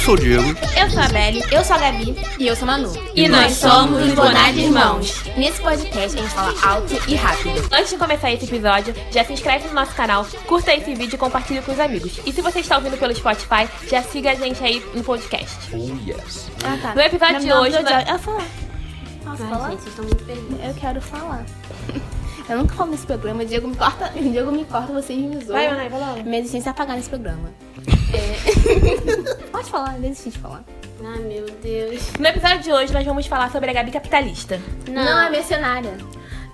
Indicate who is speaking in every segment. Speaker 1: sou o Diego.
Speaker 2: Eu sou a Belle.
Speaker 3: Eu sou a Gabi.
Speaker 2: E eu sou a Manu.
Speaker 4: E nós somos os Bonade Irmãos.
Speaker 2: Nesse podcast a gente fala alto e rápido.
Speaker 4: Antes de começar esse episódio, já se inscreve no nosso canal, curta esse vídeo e compartilha com os amigos. E se você está ouvindo pelo Spotify, já siga a gente aí no podcast.
Speaker 1: Oh, yes.
Speaker 2: Ah, tá.
Speaker 4: No episódio de
Speaker 2: Não,
Speaker 4: hoje,
Speaker 2: não, não,
Speaker 4: nós-
Speaker 2: Eu falo. Posso falar?
Speaker 3: gente, vocês estão muito perdidos.
Speaker 2: Eu quero falar. Eu nunca falo nesse programa. O Diego me corta, o Diego me corta, vocês me zoam.
Speaker 4: Vai, Manai, vai lá.
Speaker 2: Minha existência é apagar nesse programa. É... Pode falar, desisti de falar.
Speaker 3: Ah, meu Deus.
Speaker 4: No episódio de hoje, nós vamos falar sobre a Gabi capitalista.
Speaker 3: Não,
Speaker 2: é mercenária.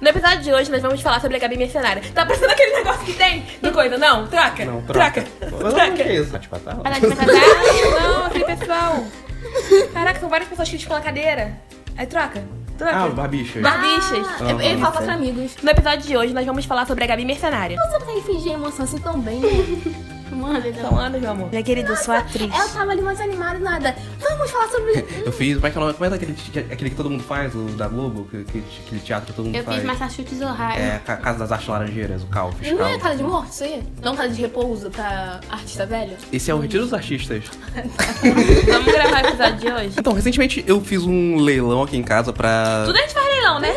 Speaker 4: No episódio de hoje, nós vamos falar sobre a Gabi mercenária. Tá parecendo aquele negócio que tem do coisa, não? Troca. Ah,
Speaker 1: Não, troca. Mas não, que é isso? Bate patada?
Speaker 4: Parar de patatá. não, aquele pessoal. Caraca, são várias pessoas que ficam na cadeira. Aí troca. Troca.
Speaker 1: Ah, barbicha.
Speaker 4: Barbichas.
Speaker 1: Ah,
Speaker 2: eu, eu
Speaker 1: não
Speaker 2: falo com
Speaker 1: sei.
Speaker 2: os amigos.
Speaker 4: No episódio de hoje, nós vamos falar sobre a Gabi mercenária.
Speaker 2: Você consegue fingir emoção assim tão bem, né? Mano,
Speaker 4: São anos, meu amor. Minha querida, eu sou atriz.
Speaker 2: ela tava ali mais animada e nada. Vamos falar sobre.
Speaker 1: Eu fiz, como é que é o nome- como é aquele, aquele que todo mundo faz, o da Globo, que- que- aquele teatro que todo mundo
Speaker 3: eu
Speaker 1: faz?
Speaker 3: fiz Massachusetts Ohio.
Speaker 1: É, Ca- Casa das Artes Laranjeiras, o CAL,
Speaker 2: Não
Speaker 1: fiscal.
Speaker 2: é casa de morto isso aí? Não é casa de repouso pra artista velho?
Speaker 1: Esse é o Retiro dos Artistas.
Speaker 4: Vamos gravar o episódio de hoje?
Speaker 1: Então, recentemente eu fiz um leilão aqui em casa pra...
Speaker 4: Tudo a gente faz leilão, né?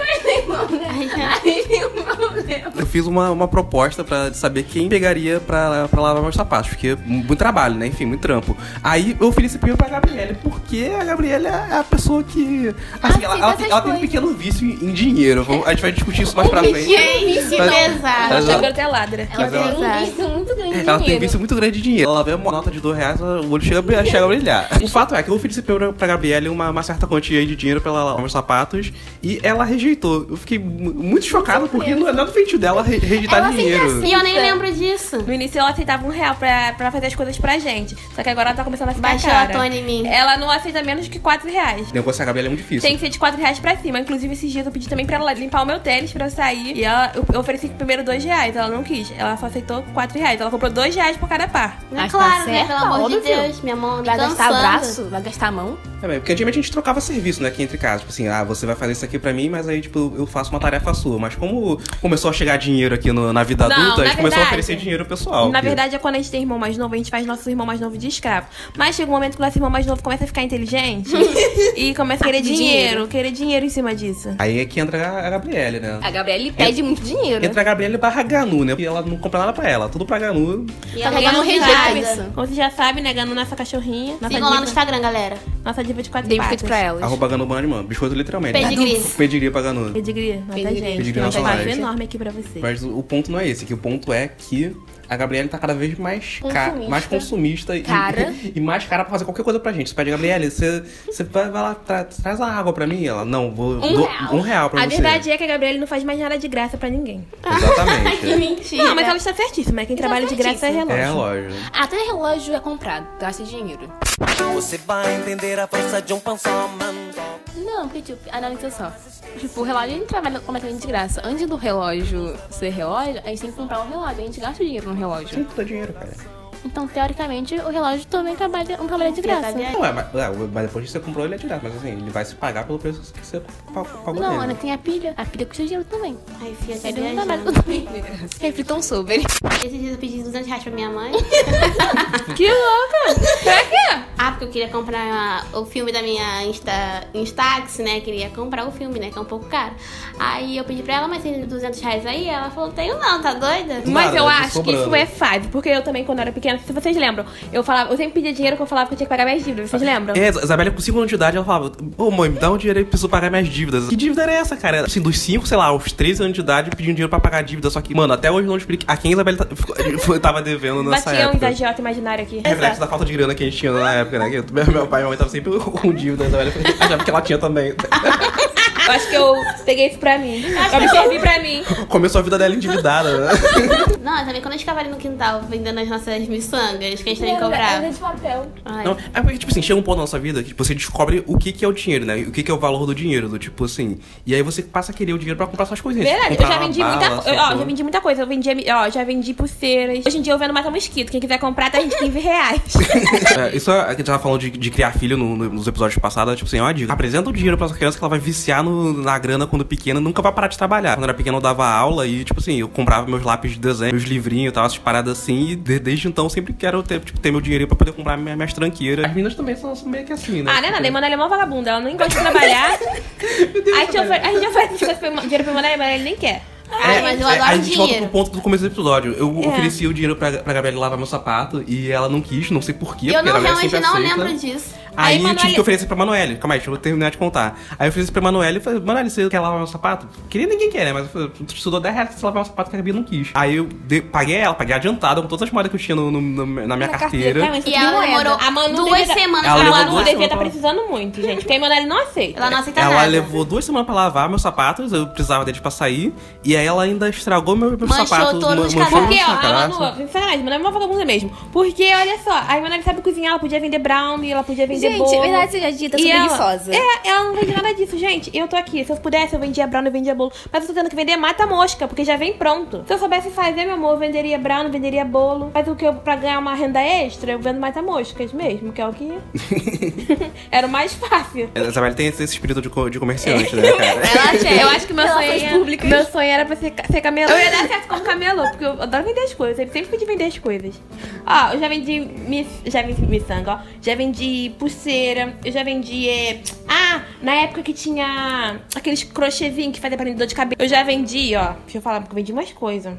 Speaker 1: Eu fiz uma, uma proposta pra saber quem pegaria pra, pra lavar meus sapatos, porque muito trabalho, né? Enfim, muito trampo. Aí eu ofereci primeiro pra Gabriele, porque a Gabriele é a pessoa que. Assim, ela,
Speaker 2: fez
Speaker 1: ela tem,
Speaker 2: Ah, essas
Speaker 1: ela tem um
Speaker 2: coisas.
Speaker 1: pequeno vício em em dinheiro. Vamos- A gente vai discutir isso mais pra frente.
Speaker 3: Gente,
Speaker 1: Mas-
Speaker 3: pesado.
Speaker 4: Ela
Speaker 1: Mas
Speaker 4: chegou até ladra.
Speaker 1: Mas
Speaker 2: Ela tem
Speaker 3: ela-
Speaker 2: um vício muito grande de
Speaker 1: Ela tem um
Speaker 2: dinheiro.
Speaker 1: vício muito grande de dinheiro. Ela vê uma nota de dois reais, o olho chega a brilhar. chega a brilhar. O fato é que eu ofereci pra, pra Gabriele uma, uma certa quantia aí de dinheiro pra ela lavar meus sapatos e ela rejeitou. Eu fiquei mu- muito chocado porque não é nada do feitio dela re- rejeitar
Speaker 2: Ela sempre é
Speaker 1: dinheiro.
Speaker 2: assim.
Speaker 3: E eu nem lembro disso.
Speaker 4: No início ela aceitava um real pra, pra fazer as coisas pra gente. Só que agora ela tá começando a ficar
Speaker 3: Baixou a
Speaker 4: cara.
Speaker 3: tona em mim.
Speaker 2: É,
Speaker 4: Ela não aceita menos que 4 reais.
Speaker 1: Negociar com a Gabriele é muito difícil.
Speaker 4: Tem que ser de 4 reais pra cima. Inclusive, esses dias eu pedi também pra ela limpar o meu tênis pra eu sair. E ela, eu eu ofereci primeiro 2 reais. Ela não quis. Ela só aceitou 4 reais. Ela comprou 2 reais por cada par.
Speaker 3: Não,
Speaker 2: Mas tá
Speaker 3: claro, né?
Speaker 2: certa,
Speaker 3: Pelo amor de
Speaker 2: óbvio.
Speaker 3: Deus. Minha mão
Speaker 2: Vai gastar
Speaker 3: cansando.
Speaker 2: braço? Vai gastar mão?
Speaker 1: É, mas porque antigamente a gente trocava serviço, né, aqui entre casa. Tipo assim, ah, você vai fazer isso aqui pra mim, mas aí, tipo, eu faço uma tarefa sua. Mas como começou a chegar dinheiro aqui no- na vida
Speaker 4: Não,
Speaker 1: adulta, a
Speaker 4: na
Speaker 1: gente começou a
Speaker 4: verdade-
Speaker 1: oferecer dinheiro pessoal.
Speaker 4: Na
Speaker 1: que-
Speaker 4: verdade, é quando a gente tem irmão mais novo, a gente faz nosso irmão mais novo de escravo. Mas chega um momento que o nosso irmão mais novo começa a ficar inteligente e começa a querer
Speaker 2: De
Speaker 4: dinheiro,
Speaker 2: dinheiro.
Speaker 4: querer dinheiro em cima disso.
Speaker 1: Aí é que entra a a Gabriele, né?
Speaker 2: A Gabriela pede muito
Speaker 4: É,
Speaker 2: dinheiro.
Speaker 1: Entra a Gabriele barra Ganu, né? E ela não compra nada pra ela, tudo pra Ganu.
Speaker 3: E
Speaker 2: Tá
Speaker 3: ela
Speaker 2: pegando
Speaker 3: não
Speaker 2: rejeito
Speaker 3: rejeita.
Speaker 2: isso.
Speaker 4: Como você já sabe, negando nossa cachorrinha, nossa
Speaker 3: Sigam lá
Speaker 4: diva,
Speaker 3: no Instagram, galera.
Speaker 4: nossa diva de quatro
Speaker 2: Dei
Speaker 4: patas.
Speaker 2: biscoito pra elas.
Speaker 1: Arroba Ganu Bananimã. Biscoito literalmente.
Speaker 3: Pedigree.
Speaker 1: Ganu. Pedigree pra Ganu.
Speaker 4: Pedigree, mata
Speaker 2: Pedigree.
Speaker 4: gente.
Speaker 1: Pedigree
Speaker 4: Tem um
Speaker 1: nossa
Speaker 4: espaço
Speaker 1: live.
Speaker 4: enorme aqui pra você.
Speaker 1: Mas o o ponto não é esse, que o ponto é que a Gabriele tá cada vez mais, ca-
Speaker 2: Consumista.
Speaker 1: mais consumista e,
Speaker 2: Cara.
Speaker 1: e mais cara pra fazer qualquer coisa pra gente. Você pede, Gabriele, você, você vai vai lá, tra- traz a água pra mim? Ela, não, vou.
Speaker 2: Um
Speaker 1: dou-
Speaker 2: real.
Speaker 1: Um real pra
Speaker 4: A
Speaker 1: você.
Speaker 4: verdade é que a Gabriela não faz mais nada de graça pra ninguém.
Speaker 2: é-
Speaker 1: Exatamente.
Speaker 2: mentira.
Speaker 4: Não, mas ela está certíssima. é Quem
Speaker 2: Está
Speaker 4: trabalha de graça é
Speaker 2: certíssima.
Speaker 4: relógio.
Speaker 1: é a loja.
Speaker 2: Até relógio é comprado, gasta dinheiro.
Speaker 5: Você vai entender a força de um pensamento.
Speaker 2: Não, porque, tipo, analisa só. Tipo, o relógio a gente trabalha completamente de graça. Antes do relógio ser relógio, a gente tem que comprar um relógio. A gente gasta o dinheiro no relógio.
Speaker 1: Sempre dá dinheiro, cara.
Speaker 2: Então, teoricamente, o relógio também trabalha, um trabalho de graça.
Speaker 1: Não, é, mas, é, mas depois que você comprou, ele é direto. Mas assim, ele vai se pagar pelo preço que você pa- pagou
Speaker 2: Não, né?
Speaker 1: nele.
Speaker 2: Ana, tem a pilha. A pilha custa dinheiro também.
Speaker 3: Ai, filha, tá
Speaker 2: Ele não
Speaker 3: viajando.
Speaker 2: trabalha também. Reflitam
Speaker 6: um
Speaker 2: sobre.
Speaker 3: Esses dias eu pedi 200 reais pra minha mãe.
Speaker 4: Que louca! pra quê?
Speaker 3: Ah, porque eu queria comprar a- o filme da minha Insta, Instax, né? Queria comprar o filme, né? Que é um pouco caro. Aí eu pedi pra ela, mas tem 200 reais aí? Ela falou, tenho não, tá doida?
Speaker 1: Não.
Speaker 4: Mas
Speaker 1: Nada,
Speaker 4: eu
Speaker 1: tá
Speaker 4: acho que isso
Speaker 1: sobrando.
Speaker 4: é fase, porque eu também, quando eu era pequena, se vocês lembram, eu falava, eu sempre pedia dinheiro que eu falava que eu tinha que pagar minhas dívidas, vocês lembram?
Speaker 1: É, a Isabela com 5 anos de idade, ela falava, ô mãe, me dá um dinheiro aí, preciso pagar minhas dívidas. Que dívida era essa, cara? Assim, dos 5, sei lá, aos 13 anos de idade, pedindo dinheiro pra pagar a dívida. Só que, mano, até hoje eu não explica a quem a Isabela tá- ficou- foi- tava devendo nessa
Speaker 4: Batia um
Speaker 1: época. É
Speaker 4: idiota imaginário aqui.
Speaker 1: Reflexo da falta de grana que a gente tinha na época, né? Que meu, meu pai e minha mãe tava sempre com dívida, a Isabela achava "Ah, que ela tinha também.
Speaker 4: Eu acho que eu peguei isso pra mim. Eu me servi pra mim.
Speaker 1: Começou a vida dela endividada, né?
Speaker 3: Não, e também quando a gente ficava ali no quintal vendendo as nossas miçangas, que a gente também
Speaker 6: é,
Speaker 2: Era
Speaker 3: cobrava.
Speaker 2: de papel.
Speaker 3: Ai.
Speaker 1: Não, é porque, tipo assim, chega um ponto na nossa vida que tipo, você descobre o que, que é o dinheiro, né? O que, que é o valor do dinheiro, do tipo assim. E aí você passa a querer o dinheiro pra comprar suas coisinhas.
Speaker 4: Verdade, eu
Speaker 1: Comprar
Speaker 4: já
Speaker 1: uma
Speaker 4: vendi
Speaker 1: bala,
Speaker 4: muita coisa. Ó,
Speaker 1: sabe?
Speaker 4: já vendi muita coisa. Eu vendi, ó, já vendi pulseiras. Hoje em dia eu vendo mata mosquito. Quem quiser comprar, tá gente 15 reais.
Speaker 1: É, isso é que a gente tava falando de, de criar filho no- no- nos episódios passados, tipo assim, ó, a dica, apresenta o dinheiro pra sua criança que ela vai viciar no, no- na grana quando pequeno, nunca vai parar de trabalhar. Quando era pequeno eu dava aula e, tipo assim, eu comprava meus lápis de desenho, meus livrinhos e tal, essas paradas assim. E de- desde então sempre quero ter, tipo, ter meu dinheirinho pra poder comprar minha- minhas tranqueiras. As meninas também são são meio que assim, né?
Speaker 4: Ah, né, nada, Emanuele é uma vagabunda, ela nem gosta de trabalhar. Aí te ofer- a gente oferece coisas pra Ema- dinheiro pra Emanuele, Emanuele nem quer.
Speaker 3: Ai, mas eu
Speaker 1: É, a
Speaker 3: adoro
Speaker 1: gente volta pro
Speaker 3: dinheiro.
Speaker 1: ponto do começo do episódio. Eu
Speaker 4: É.
Speaker 1: ofereci o dinheiro pra, pra Gabriela lavar meu sapato e ela não quis, não sei porquê.
Speaker 3: Eu não,
Speaker 1: é porque a Gabriela
Speaker 3: realmente
Speaker 1: sempre
Speaker 3: não
Speaker 1: aceita.
Speaker 3: lembro disso.
Speaker 1: Aí,
Speaker 4: Aí,
Speaker 1: eu tive
Speaker 4: Manoel-
Speaker 1: que oferecer pra Manoel. Calma aí, deixa eu terminar de contar. Aí eu ofereci pra Manoel e falei, Manoel, você quer lavar meu sapato? Queria ninguém quer, né? Mas eu falei, tu estudou 10 reais pra você lavar meu sapato que a Gabi não quis. Aí eu de- paguei ela, paguei adiantada com todas as moedas que eu tinha no- no- no- na minha carteira.
Speaker 4: mas
Speaker 3: E
Speaker 4: tem
Speaker 3: ela
Speaker 4: moeda.
Speaker 3: demorou
Speaker 4: A Manu
Speaker 3: duas
Speaker 4: devia tá-
Speaker 3: semanas
Speaker 1: Ela
Speaker 4: A
Speaker 3: pra
Speaker 1: levou
Speaker 4: Manu
Speaker 1: duas
Speaker 4: devia
Speaker 3: lavar.
Speaker 4: estar
Speaker 1: semanas pra-
Speaker 4: precisando muito, gente, porque a Emanuele não aceita.
Speaker 3: Ela não aceita
Speaker 1: Ela
Speaker 3: nada.
Speaker 1: levou duas semanas pra lavar meus sapatos, eu precisava deles pra sair. E aí ela ainda estragou meu, meu
Speaker 3: Manchou
Speaker 1: sapato.
Speaker 3: todos
Speaker 1: man-
Speaker 3: os
Speaker 1: manchou
Speaker 3: cadarços.
Speaker 4: Porque, ó,
Speaker 1: todos os
Speaker 4: a Manu,
Speaker 1: cadarços.
Speaker 4: sinceramente, a Manu é uma vagabunda mesmo. Porque, olha só, a Emanuele sabe cozinhar, ela podia vender brownie, ela podia vender
Speaker 6: Gente, é
Speaker 4: bolo.
Speaker 6: verdade seja dita, eu
Speaker 4: E
Speaker 6: sou
Speaker 4: ela-
Speaker 6: preguiçosa.
Speaker 4: É, ela não vende nada disso, gente. Eu tô aqui. Se eu pudesse, eu vendia brownie, eu vendia bolo. Mas eu tô tendo que vender mata-mosca, porque já vem pronto. Se eu soubesse fazer, meu amor, eu venderia brownie, venderia bolo. Mas o que eu, pra ganhar uma renda extra, eu vendo mata-moscas mesmo, que é o que. Era o mais fácil.
Speaker 1: A Isabelle tem esse espírito de, co- de comerciante, né, cara?
Speaker 4: Eu acho que meu
Speaker 6: Ela
Speaker 4: sonho,
Speaker 6: faz
Speaker 4: era,
Speaker 6: públicas.
Speaker 4: meu sonho era pra ser, ser camelô. Eu ia dar certo como camelô, porque eu adoro vender as coisas. Eu sempre pedi vender as coisas. Ó, eu já vendi mi- já vendi miçanga, ó. Já vendi pulseira, eu já vendi... eh, Ah, na época que tinha aqueles crochêzinhos que fazia pra dor de cabelo. Eu já vendi, ó. Deixa eu falar, porque eu vendi umas coisas.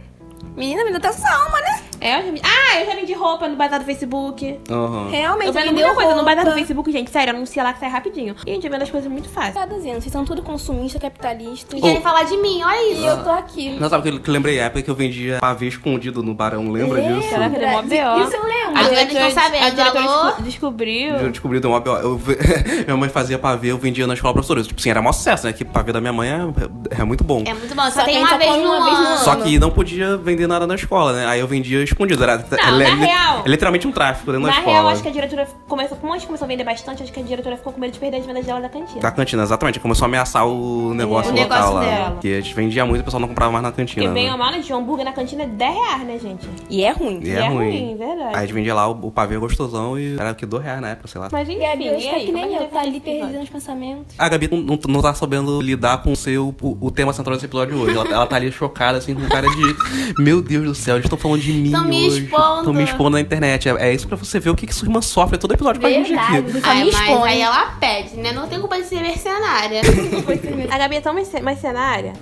Speaker 6: Menina, menina, tá sua alma, né?
Speaker 4: É, eu já vendi... Ah, eu já vendi roupa no bazar do Facebook.
Speaker 1: Aham.
Speaker 6: Realmente,
Speaker 4: Ah. Eu vendo
Speaker 6: vendeu
Speaker 4: muita coisa no
Speaker 6: roupa.
Speaker 4: bazar do Facebook, gente. Sério, anuncia lá que sai rapidinho. Gente, eu vendo as coisas muito fácil.
Speaker 6: Dizendo, vocês são tudo consumista, capitalista.
Speaker 3: E
Speaker 6: E
Speaker 3: querem falar de mim, olha isso.
Speaker 1: Ah.
Speaker 6: eu tô aqui.
Speaker 1: Não, sabe o que eu- que eu lembrei? A época que eu vendia pavê escondido no barão, lembra disso?
Speaker 4: Caraca, deu é mó B.O.
Speaker 6: Isso eu lembro.
Speaker 3: Ah, Agora eles estão sabendo,
Speaker 4: a diretora
Speaker 3: alô?
Speaker 4: desco- descobriu.
Speaker 1: Eu descobri do óbvio, ó, eu, ve- minha mãe fazia pavê, eu vendia na escola pra professora. Tipo assim, era mó sucesso, né? Que pavê da minha mãe é, é muito bom.
Speaker 3: É muito bom, só,
Speaker 6: Só
Speaker 3: tem
Speaker 6: tem-
Speaker 3: uma
Speaker 6: só
Speaker 3: vez
Speaker 6: come
Speaker 3: no
Speaker 6: uma vez no
Speaker 3: ano.
Speaker 1: Só que não podia vender nada na escola, né? Aí eu vendia escondido. Era,
Speaker 4: Não, na real-
Speaker 1: é literalmente um tráfico dentro da
Speaker 4: Na
Speaker 1: escola.
Speaker 4: real, acho que é a diretora começou, como a gente começou a vender bastante, acho que a diretora ficou com medo de perder as vendas dela da cantina.
Speaker 1: Da cantina, exatamente. Começou a ameaçar o negócio
Speaker 3: O
Speaker 1: local
Speaker 3: negócio
Speaker 1: lá.
Speaker 3: dela.
Speaker 1: Porque a gente vendia muito e o pessoal não comprava mais na
Speaker 4: Porque
Speaker 1: cantina.
Speaker 4: vem a
Speaker 1: né?
Speaker 4: mala de hambúrguer na cantina é 10 reais, né, gente?
Speaker 6: E é ruim.
Speaker 1: E
Speaker 4: e é ruim, verdade.
Speaker 1: Aí a gente vendia lá o, o pavê gostosão e era o que? Dois reais na época, sei lá.
Speaker 4: Mas enfim,
Speaker 6: E a Bia
Speaker 4: e
Speaker 6: está
Speaker 4: aí?
Speaker 6: que nem
Speaker 4: Como é
Speaker 6: eu,
Speaker 4: que
Speaker 6: tá
Speaker 4: vai fazer esse
Speaker 6: ali
Speaker 4: episódio?
Speaker 6: perdida nos pensamentos.
Speaker 1: A Gabi não, não, não tá sabendo lidar com o seu o, o tema central desse episódio hoje. Ela, ela tá ali chocada, assim, com cara de. Meu Deus do céu, eles estão falando de mim.
Speaker 3: Tão me
Speaker 1: hoje.
Speaker 3: expondo."
Speaker 1: Tão me expondo na internet. É, é isso pra você ver o que, que sua irmã sofre É todo episódio com a gente
Speaker 6: Verdade,
Speaker 1: aqui.
Speaker 6: você só
Speaker 3: Ai,
Speaker 6: me
Speaker 3: mas aí
Speaker 6: expõe.
Speaker 3: ela pede, né? Não tem culpa de ser mercenária.
Speaker 4: A Gabi é tão merce- mercenária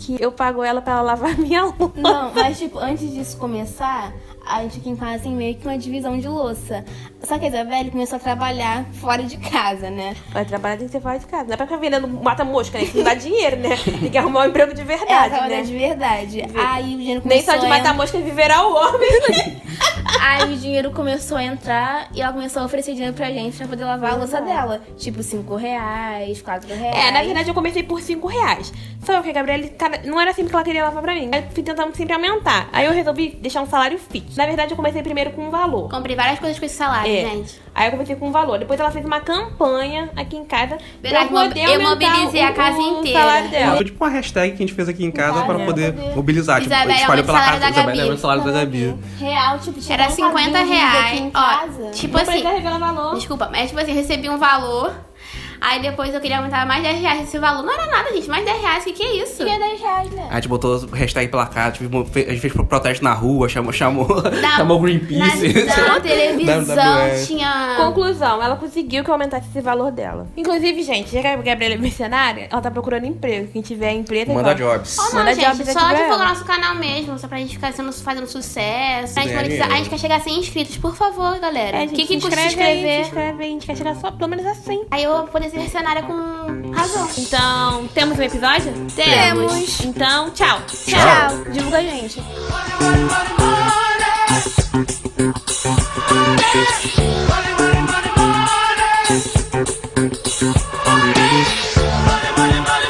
Speaker 4: que eu pago ela pra ela lavar minha louça.
Speaker 6: Não, mas tipo, antes disso começar, a gente aqui em casa tem meio que uma divisão de louça. Só que a Isabelle começou a trabalhar fora de casa, né?
Speaker 4: Vai trabalhar tem que ser fora de casa. Não é pra ficar vendendo mata-mosca, né? Isso não dá dinheiro, né? Tem que arrumar um emprego de
Speaker 6: É, Ela
Speaker 4: verdade,
Speaker 6: trabalha
Speaker 4: né?
Speaker 6: de verdade. Aí o dinheiro
Speaker 4: Nem
Speaker 6: começou
Speaker 4: só de
Speaker 6: a
Speaker 4: mata-mosca viverá o homem.
Speaker 6: Aí o dinheiro começou a entrar e ela começou a oferecer dinheiro pra gente pra poder lavar a louça dela. Tipo, 5 reais, 4 reais.
Speaker 4: Uhum. É, na verdade eu comecei por 5 reais. Só que a Gabriela, cara, não era sempre que ela queria lavar pra mim. Aí fui tentando sempre aumentar. Aí eu resolvi deixar um salário fixo. Na verdade, eu comecei primeiro com um valor.
Speaker 3: Comprei várias coisas com esse salário,
Speaker 4: É.
Speaker 3: gente.
Speaker 4: Aí eu comecei com um valor. Depois ela fez uma campanha aqui em casa.
Speaker 3: Verdade,
Speaker 4: pra poder
Speaker 3: eu
Speaker 4: aumentar
Speaker 3: mobilizei
Speaker 4: o-
Speaker 3: a casa
Speaker 4: o
Speaker 3: inteira.
Speaker 4: salário dela.
Speaker 3: É.
Speaker 1: Foi tipo uma hashtag que a gente fez aqui em casa para
Speaker 6: Vale,
Speaker 1: poder
Speaker 6: poder.
Speaker 1: mobilizar. Tipo,
Speaker 3: Isabela,
Speaker 1: espalhou
Speaker 3: é o
Speaker 1: pela
Speaker 3: salário
Speaker 1: casa.
Speaker 3: da
Speaker 1: Isabela
Speaker 3: Gabi. Uhum.
Speaker 1: é o salário da Gabi.
Speaker 6: Real, tipo, tinha
Speaker 3: Era
Speaker 6: um
Speaker 3: 50
Speaker 6: quadrinho aqui
Speaker 3: reais.
Speaker 6: em
Speaker 3: Ó,
Speaker 6: casa.
Speaker 3: tipo
Speaker 4: Não precisa
Speaker 3: assim,
Speaker 4: revelar valor.
Speaker 3: Desculpa, mas tipo assim, eu recebi um valor. Aí depois eu queria aumentar mais 10 reais esse valor. Não era nada, gente. Mais 10 reais, o que, que é isso?
Speaker 6: Tinha 10 reais, né?
Speaker 1: A gente tipo, botou hashtag pela casa, tipo, fe- a gente fez protesto na rua, chamou, chamou,
Speaker 3: Da-
Speaker 1: chamou
Speaker 3: Na,
Speaker 1: Greenpeace.
Speaker 3: na televisão
Speaker 1: WWF.
Speaker 3: tinha.
Speaker 4: Conclusão, ela conseguiu que eu aumentasse esse valor dela. Inclusive, gente, já que a Gabriela é mercenária, ela tá procurando emprego. Quem tiver emprego,
Speaker 1: Manda
Speaker 4: igual.
Speaker 1: jobs.
Speaker 3: Ou não,
Speaker 4: Manda
Speaker 3: gente,
Speaker 4: jobs aqui
Speaker 3: só
Speaker 4: pra
Speaker 3: divulgar
Speaker 4: ela.
Speaker 3: nosso canal mesmo, só pra gente ficar sendo, fazendo sucesso. Pra gente
Speaker 1: Ganha
Speaker 3: monetizar. A gente
Speaker 1: dinheiro.
Speaker 3: quer chegar a 100 inscritos, por favor,
Speaker 4: É,
Speaker 3: galera. O
Speaker 4: gente,
Speaker 3: que, que
Speaker 4: se
Speaker 3: custa se
Speaker 4: inscreve aí,
Speaker 3: inscrever?
Speaker 4: se inscreve aí. A gente quer tirar só pelo menos assim.
Speaker 3: Aí eu vou poder ser mercenária com razão.
Speaker 4: Então, temos um episódio?
Speaker 3: Temos.
Speaker 4: Então, tchau.
Speaker 6: Tchau. Divulga a gente.
Speaker 7: Money, money, money.